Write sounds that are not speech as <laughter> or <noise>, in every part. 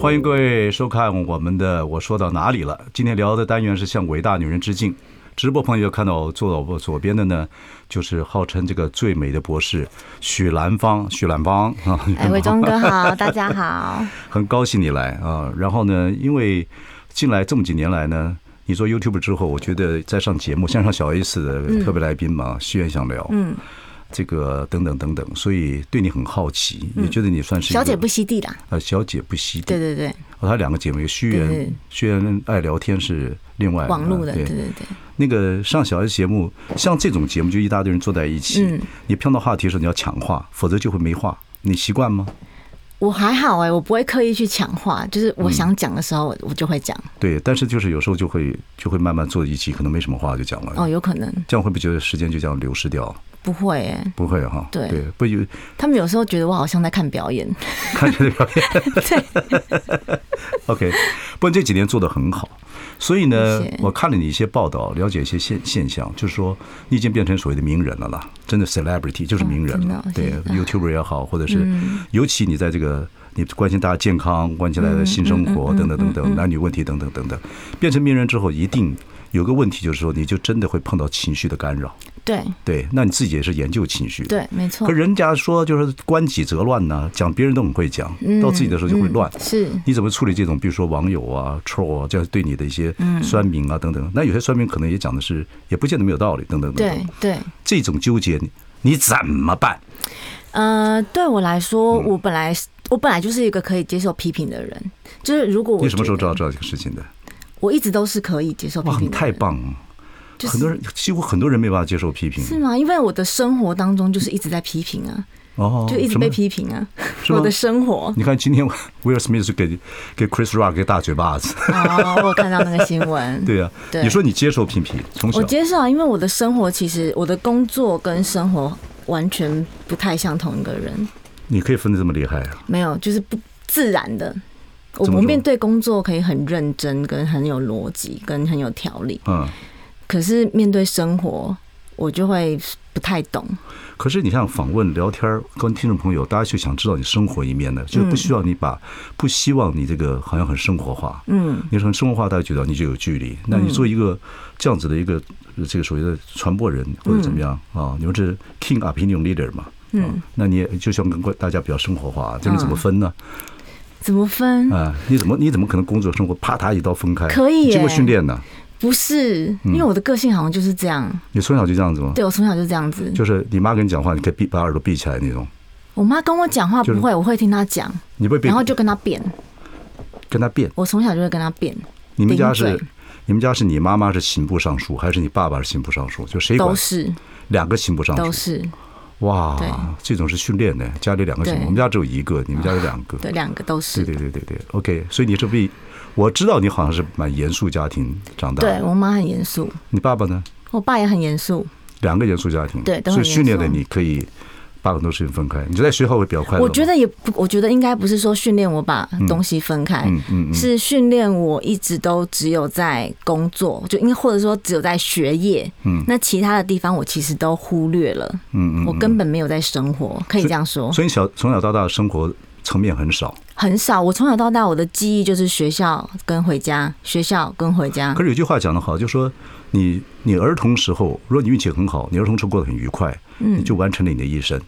欢迎各位收看我们的《我说到哪里了》。今天聊的单元是向伟大女人致敬。直播朋友看到坐到我左边的呢，就是号称这个最美的博士许兰芳，许兰芳啊，哎，伟忠哥好，大家 <laughs> 好。很高兴你来啊。然后呢，因为近来这么几年来呢，你做 YouTube 之后，我觉得在上节目，像上小 S 的特别来宾嘛，西苑想聊，嗯，这个等等等等，所以对你很好奇，也觉得你算是一个小姐不惜地啦，呃小姐不惜对对对，哦，他两个节目，有虚对言对虚言爱聊天是另外网络的，啊对对对，那个上小 S 节目，像这种节目就一大堆人坐在一起，嗯你碰到话题的时候你要抢话，否则就会没话。你习惯吗？我还好哎，我不会刻意去强化，就是我想讲的时候，我我就会讲。对，但是就是有时候就会就会慢慢坐在一起，可能没什么话就讲了，哦，有可能这样会不会觉得时间就这样流失掉？不会哎，不会哈，对对，不有他们有时候觉得我好像在看表演， <laughs> 看起来表演。OK，不过这几年做得很好，所以呢谢谢，我看了你一些报道，了解一些现现象，就是说你已经变成所谓的名人了啦，真的 celebrity 就是名人了，嗯真对的谢谢，YouTuber 也好，或者是、嗯尤其你在这个。你关心大家健康，关心大家的性生嗯活等等等等，男女问题等等等等，变成名人之后，一定有个问题，就是说你就真的会碰到情绪的干扰。对对，那你自己也是研究情绪的，对，没错可，人家说就是关己则乱呐、讲别人都很会讲，嗯到自己的时候就会乱。是你怎么处理这种，比如说网友啊、troll 啊，这样对你的一些嗯酸民啊等等？那有些酸民可能也讲的是，也不见得没有道理，等等等对等。对。这种纠结你你怎么办？呃，对我来嗯说，我本来我本来就是一个可以接受批评的人，就是如果我你什么时候觉知得道知道这个事情的？我一直都是可以接受批哇，你评的人，太棒了！就是很多人几乎很多人没办法接受批评是吗？因为我的生活当中就是一直在批评啊，哦，就一直什么被。批评啊，是吗我的生活。你看今天 <laughs> 威尔史密斯给给 Chris Rock 给大嘴巴子， <laughs> 哦，我有看到那个新闻。对呀、对你说你接受批评，从小我接受啊，因为我的生活其实我的工作跟生活完全不太像同一个人，你可以分得这么厉害啊？没有，就是不自然的。我怎么我说面对工作可以很认真，跟很有逻辑，跟很有条理，嗯。可是面对生活，我就会不太懂。可是你像访问、聊天儿，跟听众朋友，大家就想知道你生活一面嗯的，就不需要你把，不希望你这个好像很生活化。嗯，你很生活化，大家觉得你就有距离。那你做一个这样子的一个呃这个所谓的传播人或者怎么样嗯啊？你们是 king opinion leader 嘛？嗯，那你也就想跟大家比较生活化，啊这个怎么分呢？怎么分？啊，你怎么你怎么可能工作生活啪嗒一刀分开？可以耶你经过训练呢？不是，嗯因为我的个性好像就是这样。你从小就这样子吗？对我从小就这样子。就是你妈跟你讲话，你可以闭把耳朵闭起来那种，我妈跟我讲话就是不会，我会听她讲，你不会被然后就跟她辩。跟她辩。我从小就会跟她辩。你们家顶是嘴，你们家是你妈妈是刑部尚书，还是你爸爸是刑部尚书？就谁管都？是两个刑部尚都书。是，哇对，这种是训练的，家里两个刑部，对我们家只有一个，你们家有两个。对，两个都是。对对对对对，OK。所以你是被，我知道你好像是蛮严肃家庭长大。对，我妈很严肃，你爸爸呢？我爸也很严肃。两个严肃家庭。对都所很以训练的严肃你可以把很多事情分开。你在学校会比较快乐吗。我觉得也不，我觉得应该不是说训练我把东西分开，嗯嗯嗯是训练我一直都只有在工作，就应该或者说只有在学业，嗯，那其他的地方我其实都忽略了，嗯嗯嗯我根本没有在生活，可以这样说，所以你小从小到大生活层面很少。很少。我从小到大我的记忆就是学校跟回家，学校跟回家可，是有句话讲得好，就说你你儿童时候，如果你运气很好，你儿童时候过得很愉快，你就完成了你的一生。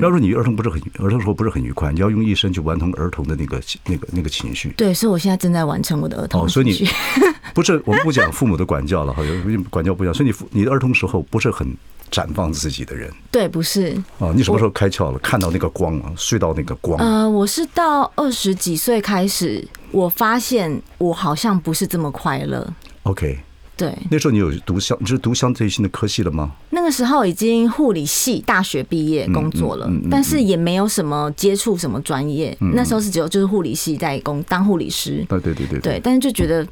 要说你儿童不是很儿童时候不是很愉快，你要用一生去完成儿童的那个那个那个情绪。对，所以我现在正在完成我的儿童哦所以你戏剧 <laughs> 不是我们不讲父母的管教了，好像管教不讲，所以你父你的儿童时候不是很绽放自己的人对，不是，啊。你什么时候开窍了？看到那个光啊，睡到那个光。呃，我是到二十几岁开始，我发现我好像不是这么快乐。 OK，对，那时候你有读相，你是读相对性的科系了吗？那个时候已经护理系大学毕业工作了，嗯嗯嗯嗯但是也没有什么接触什么专业。那时候是只有就是护理系在工当护理师，啊，对对对，对，但是就觉得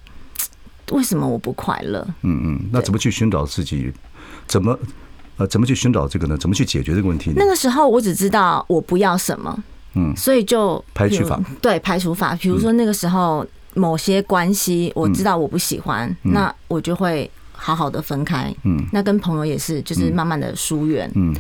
为什么我不快乐？嗯嗯，那怎么去寻找自己？怎么呃，怎么去寻找这个呢？怎么去解决这个问题呢那？个时候我只知道我不要什么，嗯所以就排除法比如对排除法。比如说那个时候某些关系，我知道我不喜欢，那我就会好好的分开。嗯，那跟朋友也是，就是慢慢的疏远。嗯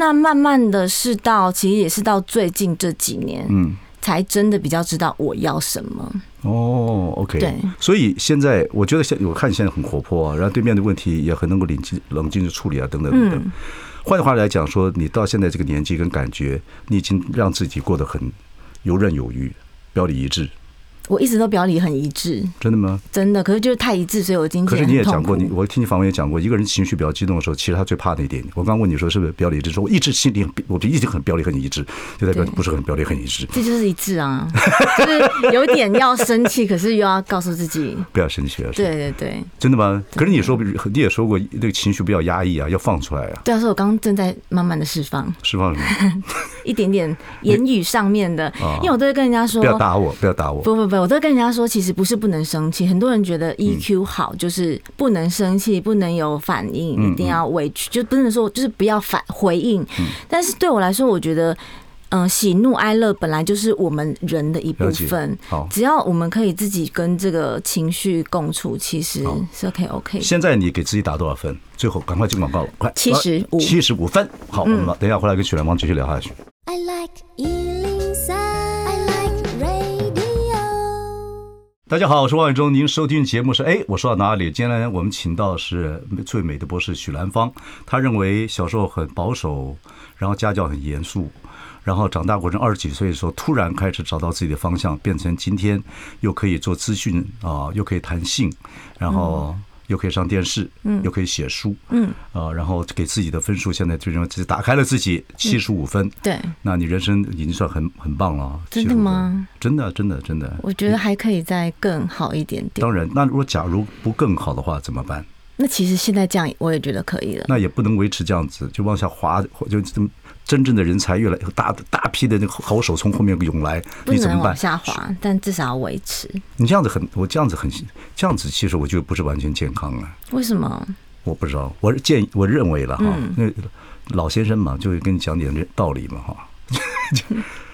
那慢慢的是到，其实也是到最近这几年，嗯，才真的比较知道我要什么。哦，OK，对所以现在我觉得现我看现在很活泼啊，然后对面的问题也很能够冷静冷静的处理啊，等等等嗯等。换句话来讲说，你到现在这个年纪跟感觉，你已经让自己过得很游刃有余、表里一致，我一直都表里很一致，真的吗？真的，可是就是太一致，所以我今可天是你也讲过，很你痛苦我听你访问也讲过，一个人情绪比较激动的时候，其实他最怕的一点。我刚问你说是不是表里一致，说我一直心里很我一直很表里很一致，就代表对不是很表里很一致。这就是一致啊， <laughs> 就是有点要生气，可是又要告诉自己，不要生气啊！是对对对，真的吗？可是你说，你也说过，这个情绪不要压抑啊，要放出来啊，对啊，所以我刚刚正在慢慢的释 <laughs> 放释放什么？一点点言语上面的，因为我都会跟人家啊说不，要打我，不要打我。不不不，我都跟人家说，其实不是不能生气。很多人觉嗯得 EQ 好、就是不能生气，不能有反应，嗯一定要委屈，就不能说就是不要反回应。但是对我来说，我觉得，嗯、喜怒哀乐本来就是我们人的一部了解分。好，只要我们可以自己跟这个情绪共处，其实好是可以 OK 的。现在你给自己打多少分？最后赶快进广告了，快75七十五嗯分。好，我们等一下回来跟许良光继续聊下去。 I like Ealing Sound. I like radio. 大家好，我是王伟忠，您收听节目是哎，我说到哪里？今天呢，我们请到的是最美的博士许兰芳，她认为小时候很保守，然后家教很严肃，然后长大过程二十几岁的时候，突然开始找到自己的方向，变成今天又可以做资讯啊、又可以谈性，然后嗯又可以上电视，嗯，又可以写书，嗯，啊，然后给自己的分数现在最终只打开了自己七十五分，嗯对，那你人生已经算很很棒了啊，真的75分吗？真的，真的，真的，我觉得还可以再更好一点点。当然，那如果假如不更好的话怎么办？那其实现在这样，我也觉得可以了。那也不能维持这样子，就往下滑，就这么真正的人才越来大大批的那个好手从后面涌来，不你怎能么往办？下滑，但至少要维持。你这样子很，我这样子很，这样子其实我觉得不是完全健康啊。为什么？我不知道，我是建议我认为了哈，那老先生嘛，就会跟你讲点这道理嘛哈。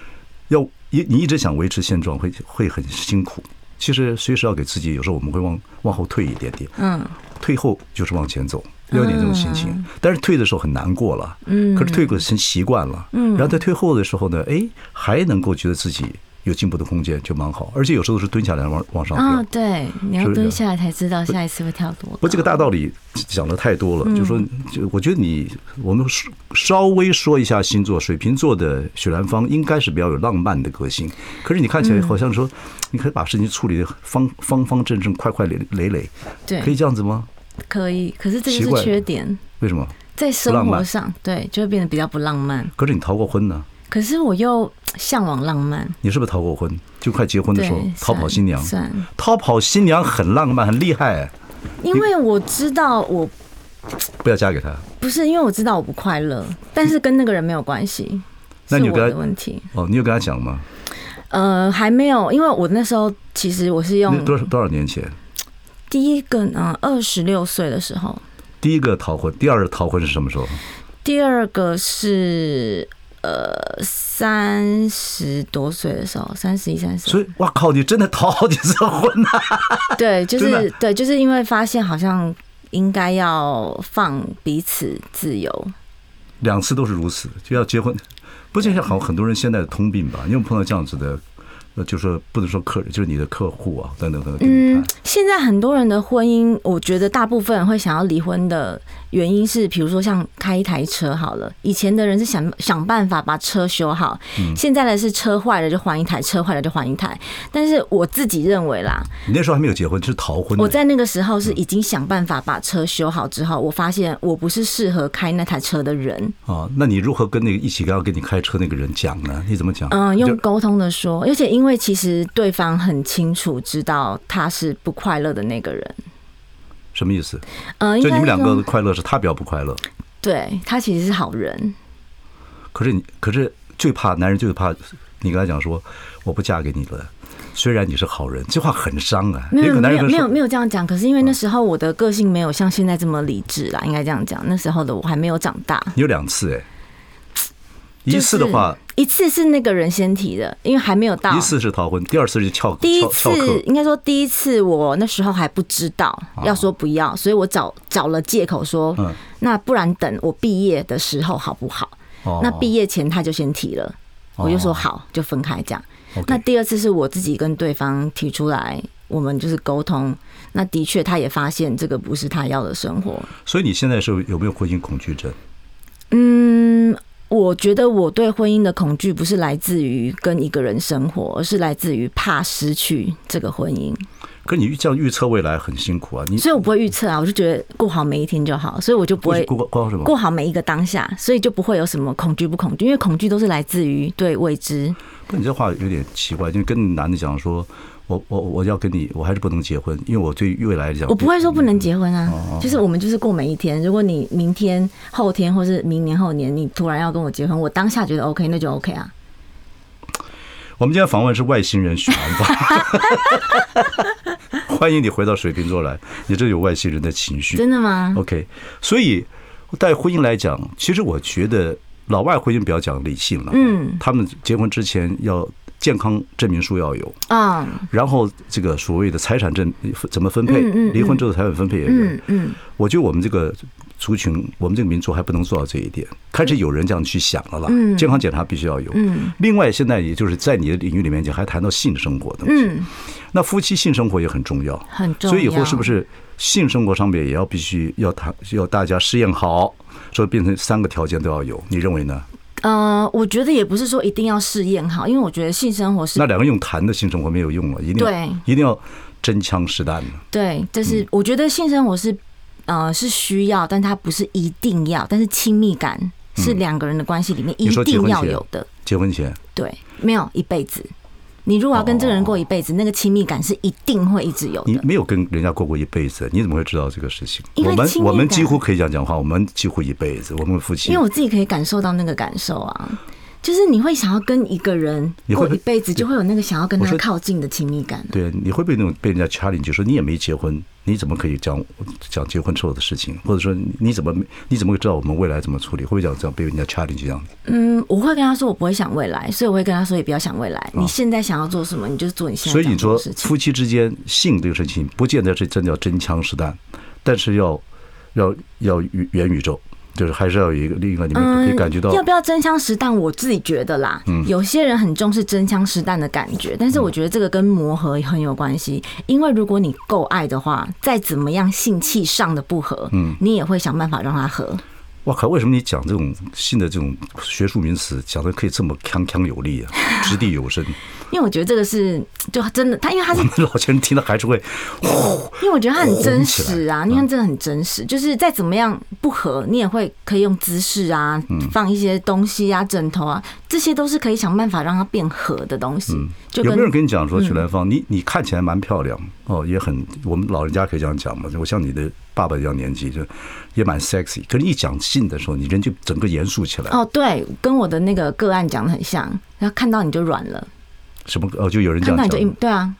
<laughs> 要一你一直想维持现状，会会很辛苦。其实随时要给自己，有时候我们会往往后退一点点，嗯，退后就是往前走，要有点这种心情。但是退的时候很难过了，嗯，可是退过成习惯了，嗯，然后在退后的时候呢，哎，还能够觉得自己有进步的空间，就蛮好。而且有时候是蹲下来往往上啊、跳。对，你要哦是不是蹲下来才知道下一次会跳多高。不，这个大道理讲的太嗯多了，就说，就我觉得你，我们稍稍微说一下星座，水瓶座的许兰芳应该是比较有浪漫的个性，可是你看起来好像嗯说，你可以把事情处理的方方方正正、快快累累累，对，可以这样子吗？可以，可是这奇就怪是缺点，为什么？在不生浪活漫上，对，就会变得比较不浪漫。可是你逃过婚呢？可是我又向往浪漫，你是不是逃过婚？就快结婚的对时候，，逃跑算新娘，算，逃跑新娘很浪漫，很厉害，因为我知道我不要嫁给他。不是，因为我知道我不快乐，但是跟那个人没有关系，那是你有我跟他的问题。哦，你有跟他讲吗？呃，还没有，因为我那时候其实我是那用多少多少年前？第一个，嗯，二十六岁的时候，第一个逃婚，第二个逃婚是什么时候？第二个是呃三十多岁的时候，三十一、三十所，以，哇靠，你真的逃好几次婚啊呐、对，就真的是对，就是因为发现好像应该要放彼此自由， <laughs> 两次都是如此，就要结婚，不就像好像很多人现在的通病吧？你有没有碰到这样子的？呃，就说不能说客人，就是你的客户啊，等等等等，跟你嗯谈，现在很多人的婚姻，我觉得大部分人会想要离婚的原因是，比如说像开一台车好了，以前的人是想想办法把车修好，嗯现在的是车坏了就换一台，车坏了就换一台。但是我自己认为啦，你那时候还没有结婚，是逃婚的。我在那个时候是已经想办法把车修好之后，我发现我不是适合开那台车的人。啊，那你如何跟那个一起要跟你开车那个人讲呢？你怎么讲？嗯，你就用沟通的说，而且因为其实对方很清楚知道他是不快乐的那个人，什么意思？呃，就应你该们两个说的快乐是他比较不快乐，对他其实是好人，可是你可是最怕男人最怕你跟他讲说我不嫁给你了，虽然你是好人，这话很伤啊。没也有可能男人没有没有没有有这样讲，可是因为那时候我的个性没有像现在这么理智啦，应该这样讲。那时候的我还没有长大，你有两次哎，就一次的话，是一次是那个人先提的，因为还没有到一。次是逃婚，第二次是翘啊第一翘翘次课。啊应该说第一次，我那时候还不知道要说不要，所以我找找了借口说嗯，那不然等我毕业的时候好不好？哦那毕业前他就先提了，我就说好，就分开这样。 OK 那第二次是我自己跟对方提出来，我们就是沟通。那的确，他也发现这个不是他要的生活。所以你现在是有没有婚姻恐惧症？嗯，我觉得我对婚姻的恐惧不是来自于跟一个人生活，而是来自于怕失去这个婚姻。可你这样预测未来很辛苦啊！你所以我不会预测啊，我就觉得过好每一天就好，所以我就不会过过过什么？过好每一个当下，所以就不会有什么恐惧不恐惧，因为恐惧都是来自于对未知。不，你这话有点奇怪，就跟男的讲说，我我我要跟你，我还是不能结婚，因为我对未来来讲，我不会说不能结婚啊，哦就是我们就是过每一天。如果你明天、后天或是明年、后年，你突然要跟我结婚，我当下觉得 OK，那就 OK 啊。我们今天访问是外星人许安芳， <laughs> 欢迎你回到水瓶座来，你这有外星人的情绪。真的吗？ OK，所以在婚姻来讲，其实我觉得老外婚姻比较讲理性了，嗯，他们结婚之前要健康证明书要有，啊，然后这个所谓的财产证呃怎么分配嗯嗯，嗯离婚之后财产分配也有嗯。嗯，我觉得我们这个族群，我们这个民族还不能做到这一点，开始有人这样去想了啦。嗯健康检查必须要有。嗯另外，现在也就是在你的领域里面，你还谈到性生活的东西。嗯，那夫妻性生活也很重要，很重要。所以以后是不是性生活上面也要必须要谈，要大家试验好，所以变成三个条件都要有，你认为呢？呃，我觉得也不是说一定要试验好，因为我觉得性生活是那两个用谈的性生活没有用啊了，一定要对一定要真枪实弹的。对，嗯就是我觉得性生活是呃是需要，但它不是一定要，但是亲密感是两个人的关系里面一嗯你说结定婚要前有的。结婚前对，没有一辈子。你如果要跟这个人过一辈子，那个亲密感是一定会一直有你的。没有跟人家过过一辈子，你怎么会知道这个事情？因为我们亲密我们感几乎可以讲讲话，我们几乎一辈子，我们夫妻因为我自己可以感受到那个感受啊，就是你会想要跟一个人你会过不会一辈子，就会有那个想要跟我他说靠近的亲密感啊。对，你会被那种被人家 challenge，说你也没结婚，你怎么可以讲讲结婚之后的事情？或者说你怎么你怎么会知道我们未来怎么处理？会不会讲这样被人家 challenge 这样子？嗯，我会跟他说我不会想未来，所以我会跟他说也不要想未来。你现在想要做什么，你就做你哦现所在以想你做说的事情。啊夫妻之间性这个事情，不见得是真的要真枪实弹，但是要要要元元宇宙，就是还是要有一个另一个你们可以感觉到嗯嗯要不要真枪实弹？我自己觉得啦，有些人很重视真枪实弹的感觉，但是我觉得这个跟磨合很有关系。因为如果你够爱的话，再怎么样性气上的不合，嗯你也会想办法让它合。我靠，为什么你讲这种新的这种学术名词，讲的可以这么锵锵有 <laughs> 力啊，掷地有声？ <laughs> 因为我觉得这个是，就真的，他因为他是我们老年人听了还是会因为我觉得它很真实啊，红起来你看真的很真实，就是再怎么样不合，你也会可以用姿势啊，嗯放一些东西啊、枕头啊，这些都是可以想办法让它变合的东西。就嗯有跟嗯没有人跟你讲说，许兰芳，你你看起来蛮漂亮哦，也很，我们老人家可以这样讲嘛，就我像你的爸爸一样年纪，就也蛮 sexy。可是，一讲性的时候，你人就整个严肃起来。哦，对，跟我的那个个案讲的很像，然后看到你就软了，什么？哦，就有人这看样到讲你就硬，对啊，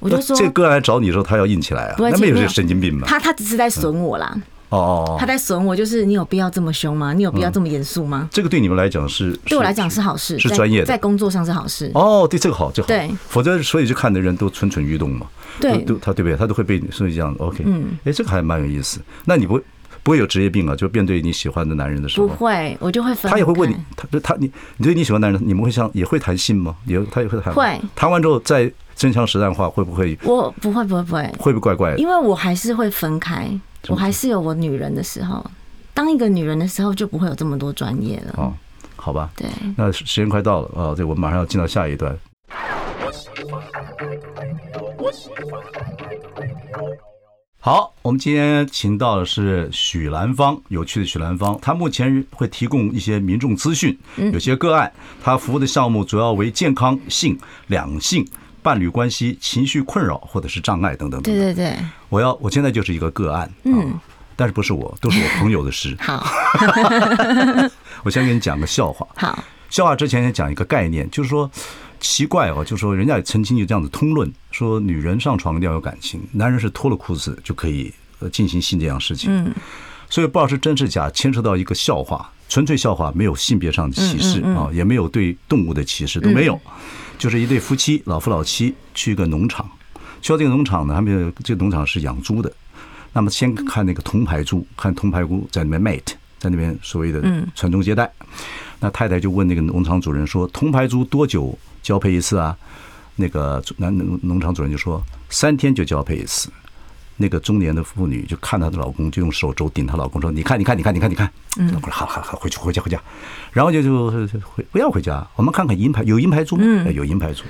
我就说这个人来找你的时候，他要硬起来啊，不会那这没有没这有神经病嘛？他他只是在损我啦，哦哦他哦，在损我，就是你有必要这么凶吗？你有必要这么严肃吗？这个对你们来讲是，对我来讲是好事，是在专业的在工作上是好事。哦，对这个好，这个好，对否则所以就看的人都蠢蠢欲动嘛，对都都他对不对？他都会被你所以这样 OK，嗯，哎，这个还蛮有意思。那你不会不会有职业病啊？就面对你喜欢的男人的时不候，会，我就会分开。他也会问你，他他你你对你喜欢的男人，你们会像也会谈性吗？也他也会谈，会谈完之后再真枪实弹话，会不会我不会，不会，不会，会不会怪怪的？因为我还是会分开，我还是有我女人的时候。当一个女人的时候，就不会有这么多专业了。哦，好吧，对，那时间快到了啊，对，我们马上要进到下一段。好，我们今天请到的是许兰芳，有趣的许兰芳，她目前会提供一些民众资讯，有些个案，她服务的项目主要为健康、性、两性、伴侣关系、情绪困扰或者是障碍等等等对等。对对，。我要我现在就是一个个案，嗯，但是不是我，都是我朋友的事好我先给你讲个笑话，好，笑话之前先讲一个概念，就是说奇怪哦，就是说人家也曾经就这样子通论，说女人上床一定要有感情，男人是脱了裤子就可以呃进行性这样的事情。嗯，所以不知道是真是假，牵扯到一个笑话，纯粹笑话，没有性别上的歧视啊、也没有对动物的歧视，都没有，就是一对夫妻老夫老妻去一个农场，去到这个农场呢，他们这个农场是养猪的。那么先看那个铜牌猪，看铜牌菇在那边 mate，在那边所谓的传宗接代。那太太就问那个农场主人说：“铜牌猪多久交配一次啊？”那个男农农场主人就说：“三天就交配一次。”那个中年的妇女就看她的老公，就用手肘顶她老公说：“你看，你看，你看，你看，你看。”老公说：“好好好，回去，回家，回家。”然后就就回不要回家，我们看看银牌有银牌猪吗？哎有银牌猪。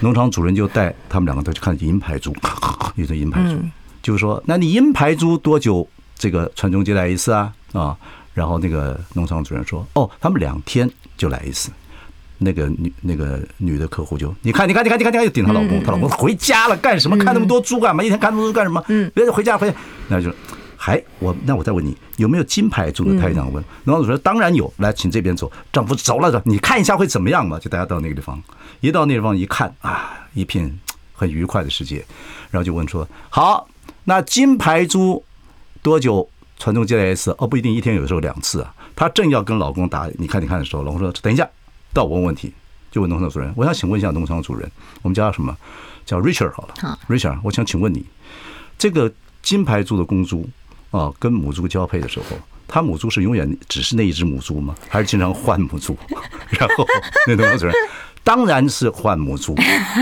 农场主人就带他们两个都去看银牌猪， <laughs> 有只银牌猪，就是说，那你银牌猪多久这个传宗接代一次啊？啊，然后那个农场主人说：“哦，他们两天就来一次。”那个女那个女的客户就你看你看你看你看你看就顶她老公，她老公回家了干什么？看那么多猪干嘛？一天看那么多猪干什么？嗯，别回家回家，那就还我那我再问你有没有金牌猪的太长问，然后我说当然有，来请这边走，丈夫走了走，你看一下会怎么样嘛？就大家到那个地方，一到那地方一看啊，一片很愉快的世界，然后就问说好，那金牌猪多久传宗接代一次？哦，不一定，一天有时候两次啊。她正要跟老公打你看你看的时候，老公说等一下，到我问问题，就问农场主人，我想请问一下农场主人，我们叫他什么？叫 Richard 好了好，Richard，我想请问你，这个金牌猪的公猪啊，跟母猪交配的时候。它母猪是永远只是那一只母猪吗？还是经常换母猪？ <laughs> 然后那农场主人当然是换母猪，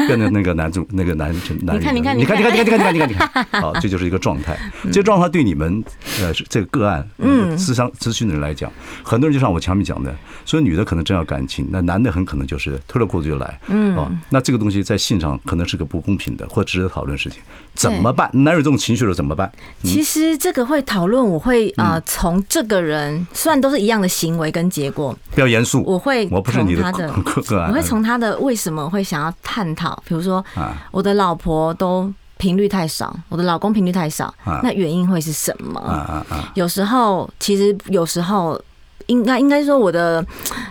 跟着那个男主那个男男人，你看你你看看你看你看你看你看你看，好，这就是一个状态。这状态对你们呃是这个个案，嗯，咨商咨询的人来讲，很多人就像我前面讲的，所以女的可能真要感情，那男的很可能就是脱了裤子就来，嗯啊，那这个东西在性上可能是个不公平的或值得讨论的事情，怎么办？男有这种情绪了怎么办？其实这个会讨论，我会嗯啊，从、这个人虽然都是一样的行为跟结果，不要严肃，我会我不是你从的他的个个案，我会从他的为什么会想要探讨，比如说啊我的老婆都频率太少，我的老公频率太少，啊那原因会是什么？啊啊啊，有时候其实有时候应该应该说我的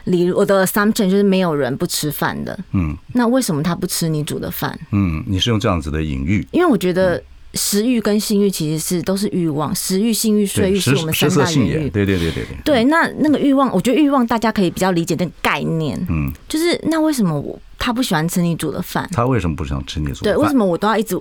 理我的 assumption 就是没有人不吃饭的，嗯那为什么他不吃你煮的饭？嗯，你是用这样子的隐喻。因为我觉嗯得食欲跟性欲其实是都是欲望，食欲、性欲、睡对，欲是食我们食三色大性原也，欲。对对对对对，对，那那个欲望，我觉得欲望大家可以比较理解那个概念，嗯，就是那为什么我他不喜欢吃你煮的饭？他为什么不想吃你做的对，饭？为什么我都要一直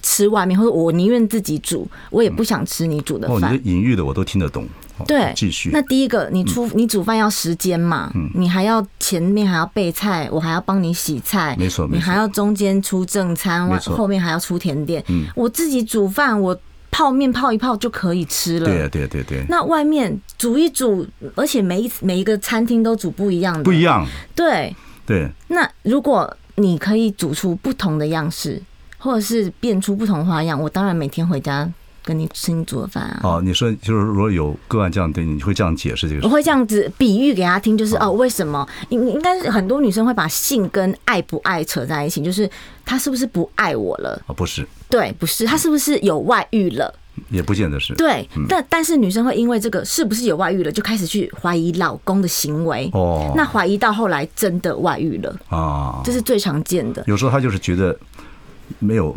吃外面，或者我宁愿自己煮，我也不想吃你煮的哦，饭你。的隐喻的我都听得懂。哦对继续。嗯那第一个，你出你煮饭要时间嘛，你还要前面还要备菜，我还要帮你洗菜，没错没错你还要中间出正餐，没完错嗯后面还要出甜点。我自己煮饭，我泡面泡一泡就可以吃了。对呀对对对，那外面煮一煮，而且每一每一个餐厅都煮不一样的，不一。样。对，对，那如果你可以煮出不同的样式，或者是变出不同花样，我当然每天回家跟你吃你煮的饭啊。哦，你说就是如果有个案这样对你，你会这样解释这个事？我会这样子比喻给他听，就是哦，为什么应应该是很多女生会把性跟爱不爱扯在一起，就是他是不是不爱我了？哦，不是，对，不是，他是不是有外遇了？也不见得是。对，但但是女生会因为这个是不是有外遇了，就开始去怀疑老公的行为，哦，那怀疑到后来真的外遇了，啊这，是最常见的。有时候他就是觉得没有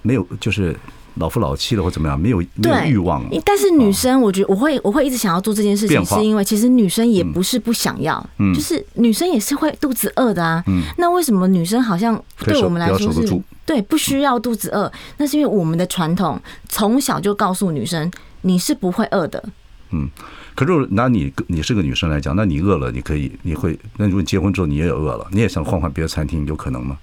没有，就是老夫老妻了或怎么样，没有没有对，欲望了。哦但是女生，我觉得我会我会一直想要做这件事情，变化嗯是因为其实女生也不是不想要，就是女生也是会肚子饿的啊。那为什么女生好像嗯可以对守我们来比较说守得是住？对，不需要肚子饿，那是因为我们的传统从小就告诉女生你是不会饿的。可是拿你你是个女生来讲，那你饿了，你可以你会，那如果你结婚之后你也有饿了，你也想换换别的餐厅，有可能吗？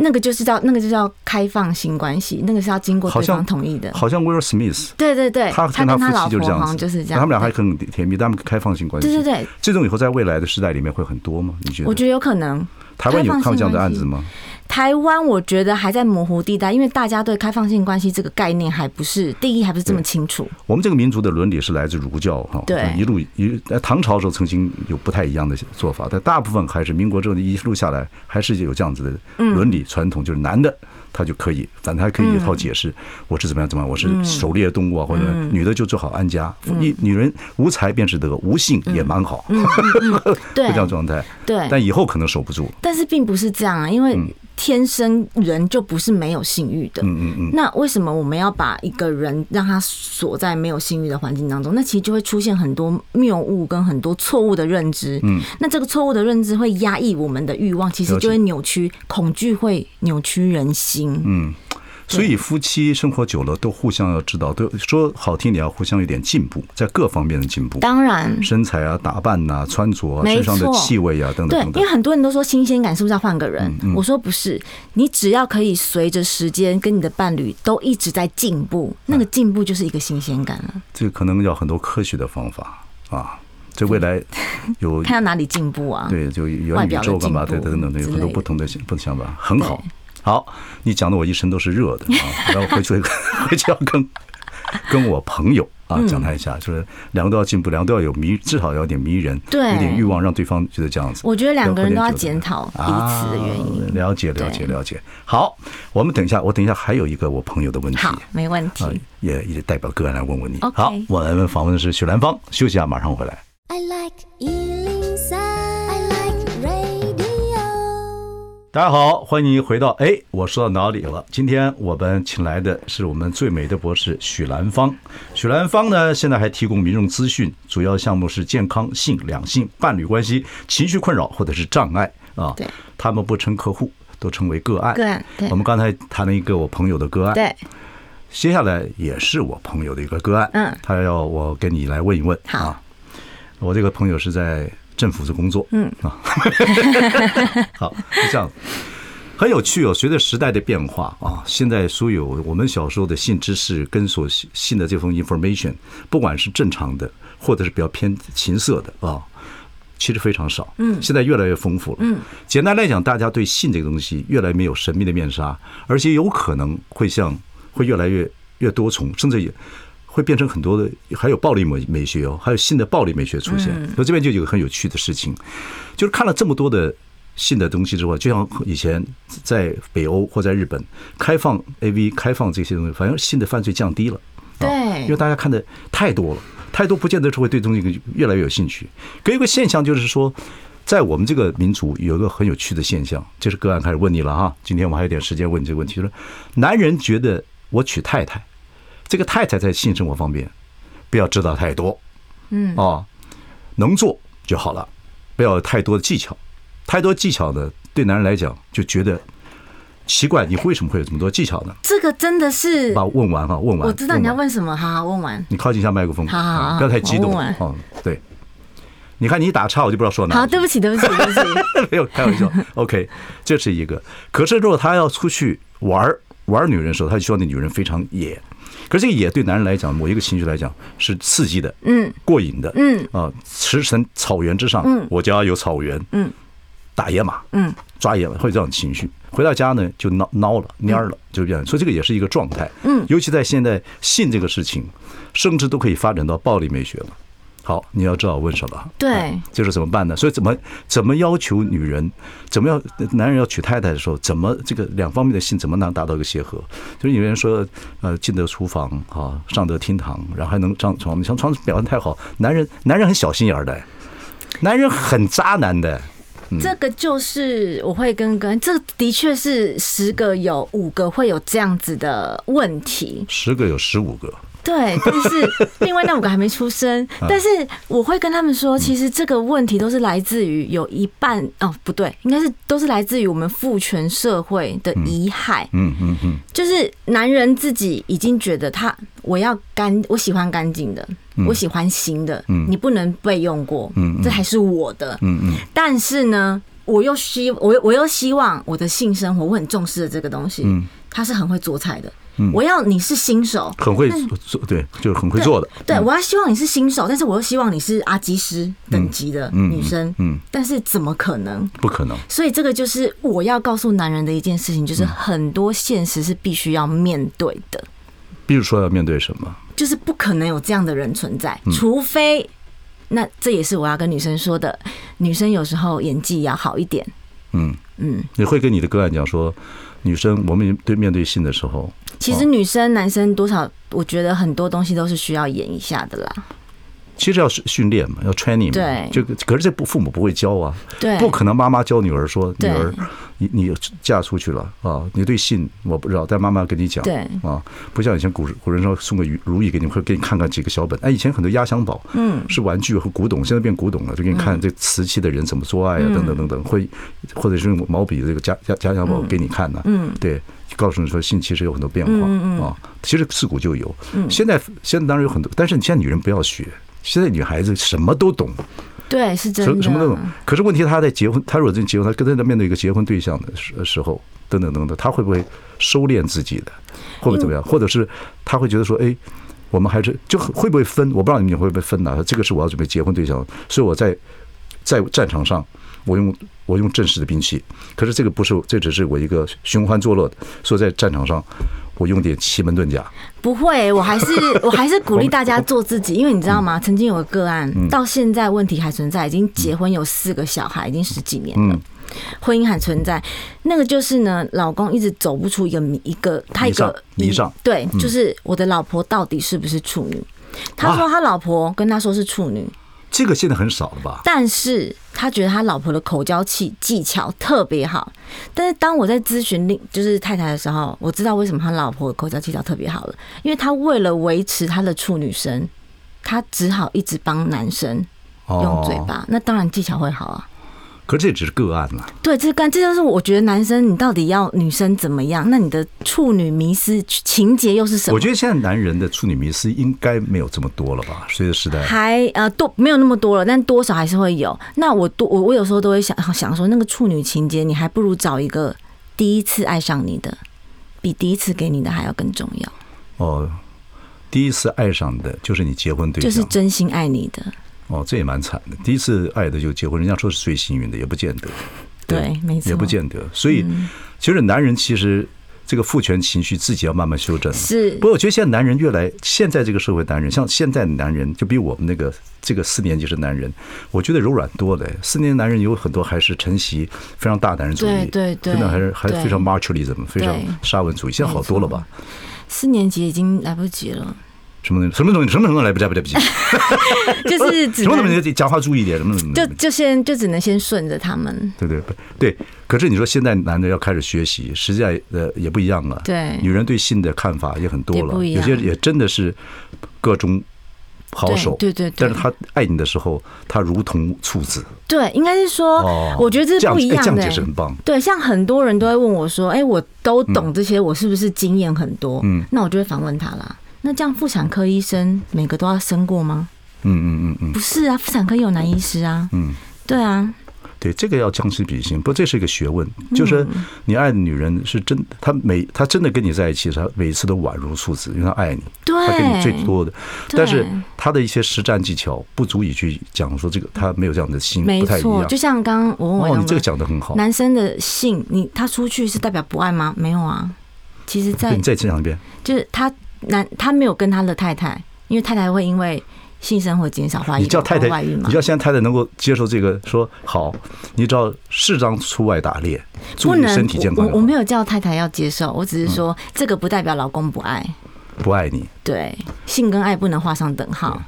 那个就是叫那个就叫开放性关系，那个是要经过好对像方同意的。好像威尔史密斯，对对对，他哎他跟跟他老夫妻就是婆这好样像子，就是这样，他们俩还很甜蜜，他们开放性关系。对对对，这种以后在未来的时代里面会很多吗？你觉得？我觉得有可能。台湾有看过这样的案子吗？台湾我觉得还在模糊地带，因为大家对开放性关系这个概念还不是定义还不是这么清楚。我们这个民族的伦理是来自儒教哈，对一路一呃唐朝时候曾经有不太一样的做法，但大部分还是民国之后一路下来还是有这样子的伦理传统，就是男的他就可以，反正还可以一套解嗯释，我是怎么样怎么样，我是狩猎动物啊，或者女的就做好安家，嗯一女人无才便是德，无性也蛮好， <laughs> 对就这样状态。对，但以后可能守不住，但是并不是这样啊，因为天生人就不是没有性欲的。嗯嗯嗯，那为什么我们要把一个人让他锁在没有性欲的环境当中？那其实就会出现很多谬误跟很多错误的认知。嗯，那这个错误的认知会压抑我们的欲望，其实了解就会扭曲恐惧，会扭曲人心。嗯，所以夫妻生活久了都互相要知道，都说好听点，要互相有点进步，在各方面的进步。当然，身材啊、打扮呐、穿着啊、没身上的错气味啊，等等等，对嗯因为等。很多人都说新鲜感是不是要换个人？我说不是，你只要可以随着时间跟你的伴侣都一直在进步，哎那个进步就是一个新鲜感了。这个可能要很多科学的方法啊。这未来 <laughs> 有看到哪里进步啊？对，就外元宇表的宙干嘛进对步等等等，有之很多类不的同的想不同想法，很好。好，你讲的我一身都是热的啊， <laughs> 然后回去回去要跟跟我朋友啊嗯讲他一下，就是两个都要进步，两个都要有迷，至少要有点迷人，对有点欲望，让对方觉得这样子。我觉得两个人都要喝点酒检的讨彼此的原因。啊了解，了解，了解。好，我们等一下，我等一下还有一个我朋友的问题。好，没问题。啊，也也代表个案来问问你。 OK 好，我们访问的是许兰芳，休息一下，马上回来。 I like Ealing Sound. I like radio. 大家好，欢迎回到哎，我说到哪里了？今天我们请来的是我们最美的博士许兰芳。许兰芳呢，现在还提供民众资讯，主要项目是健康、性、两性、伴侣关系、情绪困扰或者是障碍啊。对，他们不称客户，都称为个案。个案对我们刚才谈了一个我朋友的个案。对，接下来也是我朋友的一个个案，嗯他要我跟你来问一问。好啊，我这个朋友是在政府是工作，嗯啊， <laughs> 好，是这样，很有趣哦。随着时代的变化啊，现在所有我们小时候的性知识跟所信的这封 information，不管是正常的，或者是比较偏情色的啊。其实非常少，嗯，现在越来越丰富了，嗯，简单来讲，大家对性这个东西越来越没有神秘的面纱，而且有可能会像会越来越越多重，甚至也会变成很多的，还有暴力美美学哦，还有新的暴力美学出现。所以这边就有一个很有趣的事情，就是看了这么多的新的东西之后，就像以前在北欧或在日本开放 AV、开放这些东西，反正性的犯罪降低了。对因为大家看的太多了，太多不见得是会对东西越来越有兴趣。可有一个现象就是说，在我们这个民族有一个很有趣的现象，这是个案开始问你了哈。今天我们还有点时间问你这个问题，就是男人觉得我娶太太，这个太太在性生活方面不要知道太多，嗯啊，能做就好了，不要有太多的技巧。太多技巧呢，对男人来讲就觉得奇怪，你为什么会有这么多技巧呢？这个真的是把，问完哈，问完，我知道你要完问什么，好好问完。你靠近一下麦克风，好好啊好不要太激动我问完哦。对，你看你一打岔，我就不知道说哪。好，对不起，对不起，<laughs> 对不起。没有开玩笑。OK，这是一个。可是如果他要出去玩儿玩女人的时候，他就希望那女人非常野。可是这个野对男人来讲，某一个情绪来讲是刺激的，嗯，过瘾的，嗯啊，驰骋草原之上，嗯，我家有草原，嗯，打野马，嗯，抓野马会有这种情绪。回到家呢，就闹闹了、蔫儿了，就这样。所以这个也是一个状态，嗯，尤其在现在性这个事情，甚至都可以发展到暴力美学了。好，你要知道我问什么。对哎就是怎么办呢？所以怎么怎么要求女人，怎么要男人要娶太太的时候，怎么这个两方面的性怎么能达到一个协和？就是有人说，呃，进得厨房啊，上得厅堂，然后还能上床。你像床表现太好，男人男人很小心眼儿的，男人很渣男的。嗯这个就是我会跟跟，这的确是十个有五个会有这样子的问题。十个有十五个，对，但是另外那五个还没出生，但是我会跟他们说，其实这个问题都是来自于有一半哦，不对，应该是都是来自于我们父权社会的遗骸。嗯嗯嗯，就是男人自己已经觉得他我要干，我喜欢干净的，我喜欢新的，你不能被用过，这还是我的，但是呢，我又希我又我又希望我的性生活，我很重视的这个东西，它是很会做菜的。我要你是新手，很会做，对，就是很会做的。嗯对我要希望你是新手，但是我又希望你是阿基师等级的女生，嗯，但是怎么可能？不可能。所以这个就是我要告诉男人的一件事情，就是嗯很多现实是必须要面对的，比如说要面对什么？就是不可能有这样的人存在，嗯除非那这也是我要跟女生说的，女生有时候演技要好一点，嗯嗯，你会跟你的个案讲说，女生我们对面对性的时候，其实女生、男生多少，我觉得很多东西都是需要演一下的啦。其实要训训练嘛，要 training 嘛，对就可是这不父母不会教啊，对不可能妈妈教女儿说，女对儿你你嫁出去了啊，你对性我不知道，但妈妈跟你讲，对啊，不像以前古时古人说送个鱼如意给你们，会给你看看几个小本，哎，以前很多压箱宝，嗯，是玩具和古董，现在变古董了，就给你看这瓷器的人怎么做爱啊，等等等等，会或者是用毛笔这个加加加箱宝给你看呢、嗯，对。告诉你说，性其实有很多变化啊，其实自古就有。现在现在当然有很多，但是你现在女人不要学，现在女孩子什么都懂，对，是真什的。什么都懂。可是问题，她在结婚，她如果真结婚，她跟她面对一个结婚对象的时时候，等等等等，她会不会收敛自己的，会不会怎么样？嗯或者是她会觉得说，哎，我们还是就会不会分？我不知道你们会不会分呐、这个是我要准备结婚对象，所以我在在战场上，我用我用正式的兵器。可是这个不是，这只是我一个寻欢作乐的，所以在战场上，我用点奇门遁甲。不会，<laughs> 我还是我还是鼓励大家做自己，因为你知道嗯吗？曾经有个个案，到现在问题还存在，已经结婚有四个小孩，已经十几年了嗯。婚姻还存在，那个就是呢，老公一直走不出一个迷一个他一个迷上迷上嗯对，就是我的老婆到底是不是处女？他说他老婆跟他说是处女，这个现在很少了吧？但是他觉得他老婆的口交技技巧特别好。但是当我在咨询另就是太太的时候，我知道为什么他老婆的口交技巧特别好了，因为他为了维持他的处女身，他只好一直帮男生用嘴哦，巴。那当然技巧会好啊。可是这只是个案了。对，这干这就是我觉得男生你到底要女生怎么样？那你的处女迷失情节又是什么我觉？得现在男人的处女迷思应该没有这么多了吧？随着时代，还呃多没有那么多了，但多少还是会有。那我多我我有时候都会想想说，那个处女情节，你还不如找一个第一次爱上你的，比第一次给你的还要更重要，哦，第一次爱上的就是你结婚对就是象，真心爱你的。哦，这也蛮惨的。第一次爱的就结婚，人家说是最幸运的，也不见得，对，没错，也不见得。所以，嗯其实男人其实这个父权情绪自己要慢慢修正。是不过我觉得现在男人越来，现在这个社会男人，像现在的男人，就比我们那个这个四年级是男人，我觉得柔软多了。四年级男人有很多还是承袭非常大男人主义，对对对真的还是还是对非常 machoism，非常对沙文主义。现在好多了吧？四年级已经来不及 <laughs> 了，什么东西？什么东西？什么什么来不来不来不及？就是 <laughs> 只什么东能西？讲话注意一点，什么什么？就就先就只能先顺着他们。对对不对，可是你说现在男的要开始学习，实在呃也不一样了。对女人对性的看法也很多也不了，一有样些也真的是各中好手。对对对对但是他爱你的时候，他如同处子。对，应该是说，哦我觉得这这是样不一哎样这样的、解释很棒对，像很多人都会问我嗯说：“哎、我都懂这些，我是不是经验很多？”嗯，那我就会反问他啦。那这样妇产科医生每个都要生过吗？嗯嗯嗯不是啊，妇产科也有男医师啊。嗯，对啊，嗯，对，这个要将心比心。不，这是一个学问，就是嗯你爱的女人是真，她每她真的跟你在一起，她每一次都宛如处子，因为她爱你。他给你最对，多的，但是他的一些实战技巧不足以去讲说这个他没有这样的心，没不太一错。样就。像刚刚我问我哦，的你这个讲的很好，男生的性，你他出去是代表不爱吗？没有啊，其实在你再讲一遍。就是他男他没有跟他的太太，因为太太会因为性生活减少怀疑，你叫太太外遇，嘛你。叫现在太太能够接受这个，说好，你只要适当出外打猎，注不意能，身体健我康嗯我就我好。没有叫太太要接受，我只是说、这个不代表老公不爱。不爱你，对，嗯性跟爱不能画上等号。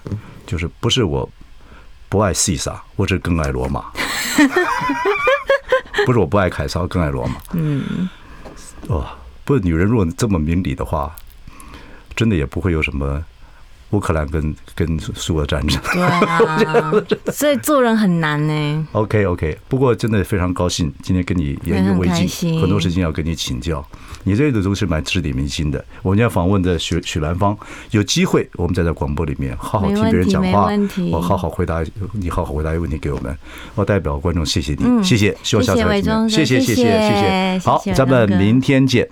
就是不是我不爱西萨，我只更爱罗马。 <laughs> 不是我不爱凯撒，我更爱罗马。嗯，哦，不，女人如果这么明理的话，真的也不会有什么乌克兰跟跟苏俄战争。<laughs> 对啊，所以做人很难欸呢、 OK OK，不过真的非常高兴今天跟你言也语很为开尽，心很多事情要跟你请教。你这个都是蛮直抵民心的。我们今天访问的许许兰芳，有机会我们再在广播里面好好没听问别人题讲没话问题，我好好回答你，好好回答一个问题给我们。我代表观众谢谢你，谢谢，希望下次嗯谢还谢有伟机会忠哥谢谢谢谢谢谢谢谢。谢谢好伟，咱们忠哥明天见。